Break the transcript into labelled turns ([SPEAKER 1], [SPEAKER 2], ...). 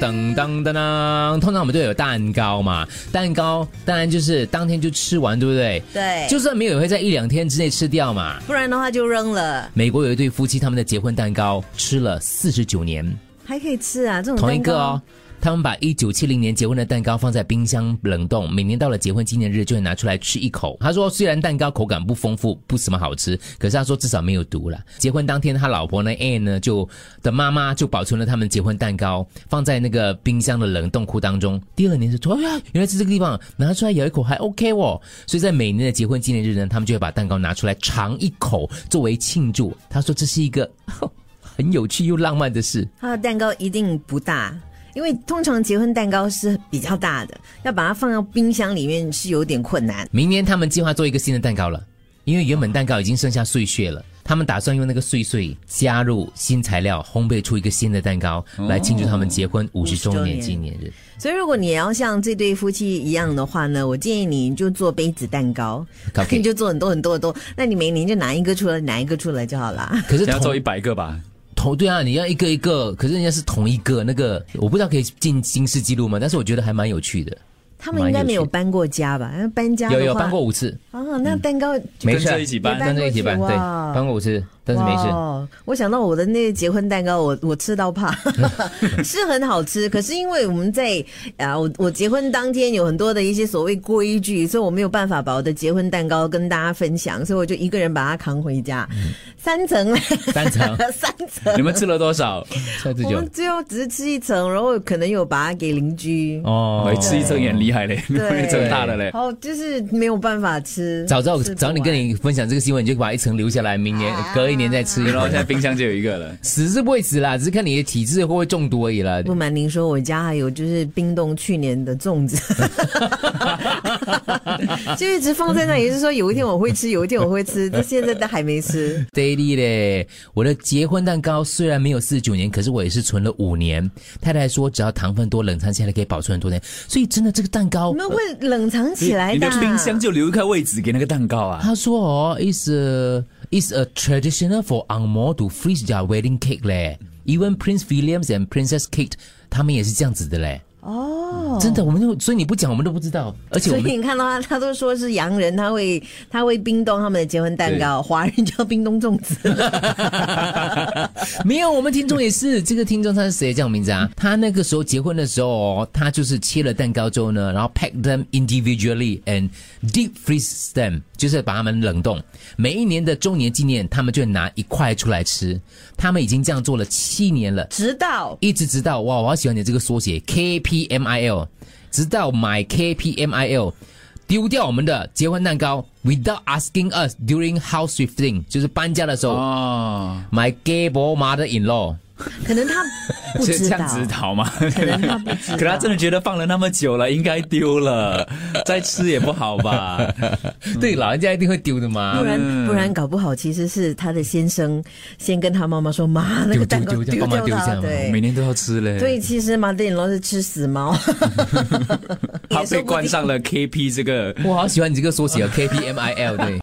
[SPEAKER 1] 噔噔噔噔，通常我们都有蛋糕嘛，蛋糕当然就是当天就吃完，对不对？
[SPEAKER 2] 对，
[SPEAKER 1] 就算没有，也会在一两天之内吃掉嘛。
[SPEAKER 2] 不然的话就扔了，
[SPEAKER 1] 美国有一对夫妻，他们的结婚蛋糕吃了四十九年，
[SPEAKER 2] 还可以吃啊，这种
[SPEAKER 1] 同一
[SPEAKER 2] 蛋糕
[SPEAKER 1] 个哦。他们把一九七零年结婚的蛋糕放在冰箱冷冻，每年到了结婚纪念日就会拿出来吃一口。他说，虽然蛋糕口感不丰富，不怎么好吃，可是他说至少没有毒了。结婚当天，他老婆呢 Anne 呢就的妈妈就保存了他们结婚蛋糕，放在那个冰箱的冷冻库当中。第二年就说，哎呀，原来是这个地方，拿出来哎咬一口还 OK 哦。所以在每年的结婚纪念日呢，他们就会把蛋糕拿出来尝一口作为庆祝。他说这是一个很有趣又浪漫的事。
[SPEAKER 2] 它的蛋糕一定不大，因为通常结婚蛋糕是比较大的，要把它放到冰箱里面是有点困难。
[SPEAKER 1] 明年他们计划做一个新的蛋糕了，因为原本蛋糕已经剩下碎屑了。他们打算用那个碎碎加入新材料，烘焙出一个新的蛋糕，
[SPEAKER 3] 哦
[SPEAKER 1] 来庆祝他们结婚五十周年纪念日。
[SPEAKER 2] 所以如果你也要像这对夫妻一样的话呢，我建议你就做杯子蛋糕
[SPEAKER 1] OK
[SPEAKER 2] 你就做很多很多很多，那你每年就拿一个出来，拿一个出来就好啦。
[SPEAKER 1] 可是
[SPEAKER 3] 要做一
[SPEAKER 1] 同
[SPEAKER 3] 百个吧？
[SPEAKER 1] 同对啊，你要一个一个，可是人家是同一个那个，我不知道可以进金氏纪录吗？但是我觉得还蛮有趣的。
[SPEAKER 2] 他们应该
[SPEAKER 1] 蛮
[SPEAKER 2] 没有
[SPEAKER 1] 有趣
[SPEAKER 2] 搬过家吧？那搬家的
[SPEAKER 1] 有
[SPEAKER 2] 话
[SPEAKER 1] 有搬过嗯五次，
[SPEAKER 2] 哦，那蛋糕
[SPEAKER 1] 没事
[SPEAKER 3] 跟着一起搬
[SPEAKER 1] 跟着一起搬，
[SPEAKER 2] 也搬过
[SPEAKER 1] 对
[SPEAKER 2] 去哇，
[SPEAKER 1] 搬过五次，但是没事。
[SPEAKER 2] 哦，我想到我的那个结婚蛋糕，我我吃 到怕，是很好吃。可是因为我们在啊，我我结婚当天有很多的一些所谓规矩，所以我没有办法把我的结婚蛋糕跟大家分享，所以我就一个人把它扛回家，三层嘞，
[SPEAKER 1] 嗯三层
[SPEAKER 2] 三层。
[SPEAKER 3] 你们吃了多少？
[SPEAKER 1] 下次
[SPEAKER 2] 我
[SPEAKER 1] 就
[SPEAKER 2] 们最后只是吃一层，然后可能有把它给邻居。
[SPEAKER 1] 哦
[SPEAKER 3] 每吃一层也很厉害嘞，
[SPEAKER 2] 对
[SPEAKER 3] 一层大的嘞。
[SPEAKER 2] 然后就是没有办法吃，
[SPEAKER 1] 早知道
[SPEAKER 2] 吃不
[SPEAKER 1] 早你跟
[SPEAKER 2] 完
[SPEAKER 1] 你分享这个新闻，你就把一层留下来，明年隔一年再吃一
[SPEAKER 3] 然后
[SPEAKER 1] 口
[SPEAKER 3] 现。在冰箱就啊有一个了。
[SPEAKER 1] 死是不会死啦，只是看你的体质会不会中毒而已啦。
[SPEAKER 2] 不瞒您说，我家还有就是冰冻去年的粽子， 就一直放在那里，就是说有一天我会吃，有一天我会吃，但现在都还没吃。
[SPEAKER 1] Daily 嘞，我的结婚蛋糕虽然没有四十九年，可是我也是存了五年。太太说，只要糖分多，冷藏起来可以保存很多年。所以真的，这个蛋糕
[SPEAKER 2] 我，们会冷藏起来
[SPEAKER 3] 你
[SPEAKER 2] 的
[SPEAKER 3] 的
[SPEAKER 2] 啊。
[SPEAKER 3] 冰箱就留一块位置给那个蛋糕啊。
[SPEAKER 1] 她说哦，is a is a traditional for Angmo to freeze their wedding cake 嘞。Even Prince Williams and Princess Kate 他们也是这样子的嘞。
[SPEAKER 2] 哦，
[SPEAKER 1] 真的，我们就所以你不讲，我们都不知道。而且
[SPEAKER 2] 所
[SPEAKER 1] 我
[SPEAKER 2] 以
[SPEAKER 1] 们
[SPEAKER 2] 你看到他，他都说是洋人，他会他会冰冻他们的结婚蛋糕，华人叫冰冻粽子。
[SPEAKER 1] 没有，我们听众也是。这个听众他是谁叫名字啊？他那个时候结婚的时候哦，他就是切了蛋糕之后呢，然后 pack them individually and deep freeze them，就是把它们冷冻。每一年的周年纪念，他们就拿一块出来吃。他们已经这样做了七年了，
[SPEAKER 2] 直到
[SPEAKER 1] 一直直到哇，我好喜欢你这个缩写 KPMIL，直到买 KPMIL。丢掉我们的结婚蛋糕，without asking us during house shifting，就是搬家的时候、
[SPEAKER 3] 哦，
[SPEAKER 1] m y gay boy mother in law，
[SPEAKER 2] 可能他不
[SPEAKER 3] 这
[SPEAKER 2] 知
[SPEAKER 3] 这
[SPEAKER 2] 道
[SPEAKER 3] 样，子逃吗？
[SPEAKER 2] 可能他不知道。
[SPEAKER 3] 可他真的觉得放了那么久了，应该丢了，再吃也不好吧？
[SPEAKER 1] 对，老人家一定会丢的嘛
[SPEAKER 2] 不。
[SPEAKER 3] 嗯
[SPEAKER 2] 然不然搞不好其实是他的先生先跟他妈妈说：“妈，那个蛋糕
[SPEAKER 1] 丢丢丢
[SPEAKER 2] 丢
[SPEAKER 1] 帮
[SPEAKER 2] 掉
[SPEAKER 1] 忙丢一下
[SPEAKER 2] 它。”
[SPEAKER 1] 嘛
[SPEAKER 3] 每
[SPEAKER 2] 对。
[SPEAKER 3] 年都要吃嘞。
[SPEAKER 2] 所以，其实马德里罗是吃死猫，
[SPEAKER 3] 他
[SPEAKER 2] 也说
[SPEAKER 3] 被
[SPEAKER 2] 不
[SPEAKER 3] 冠
[SPEAKER 2] 定
[SPEAKER 3] 上了 KP 这个
[SPEAKER 1] 啊我好喜欢你这个缩写 KPMIL，对。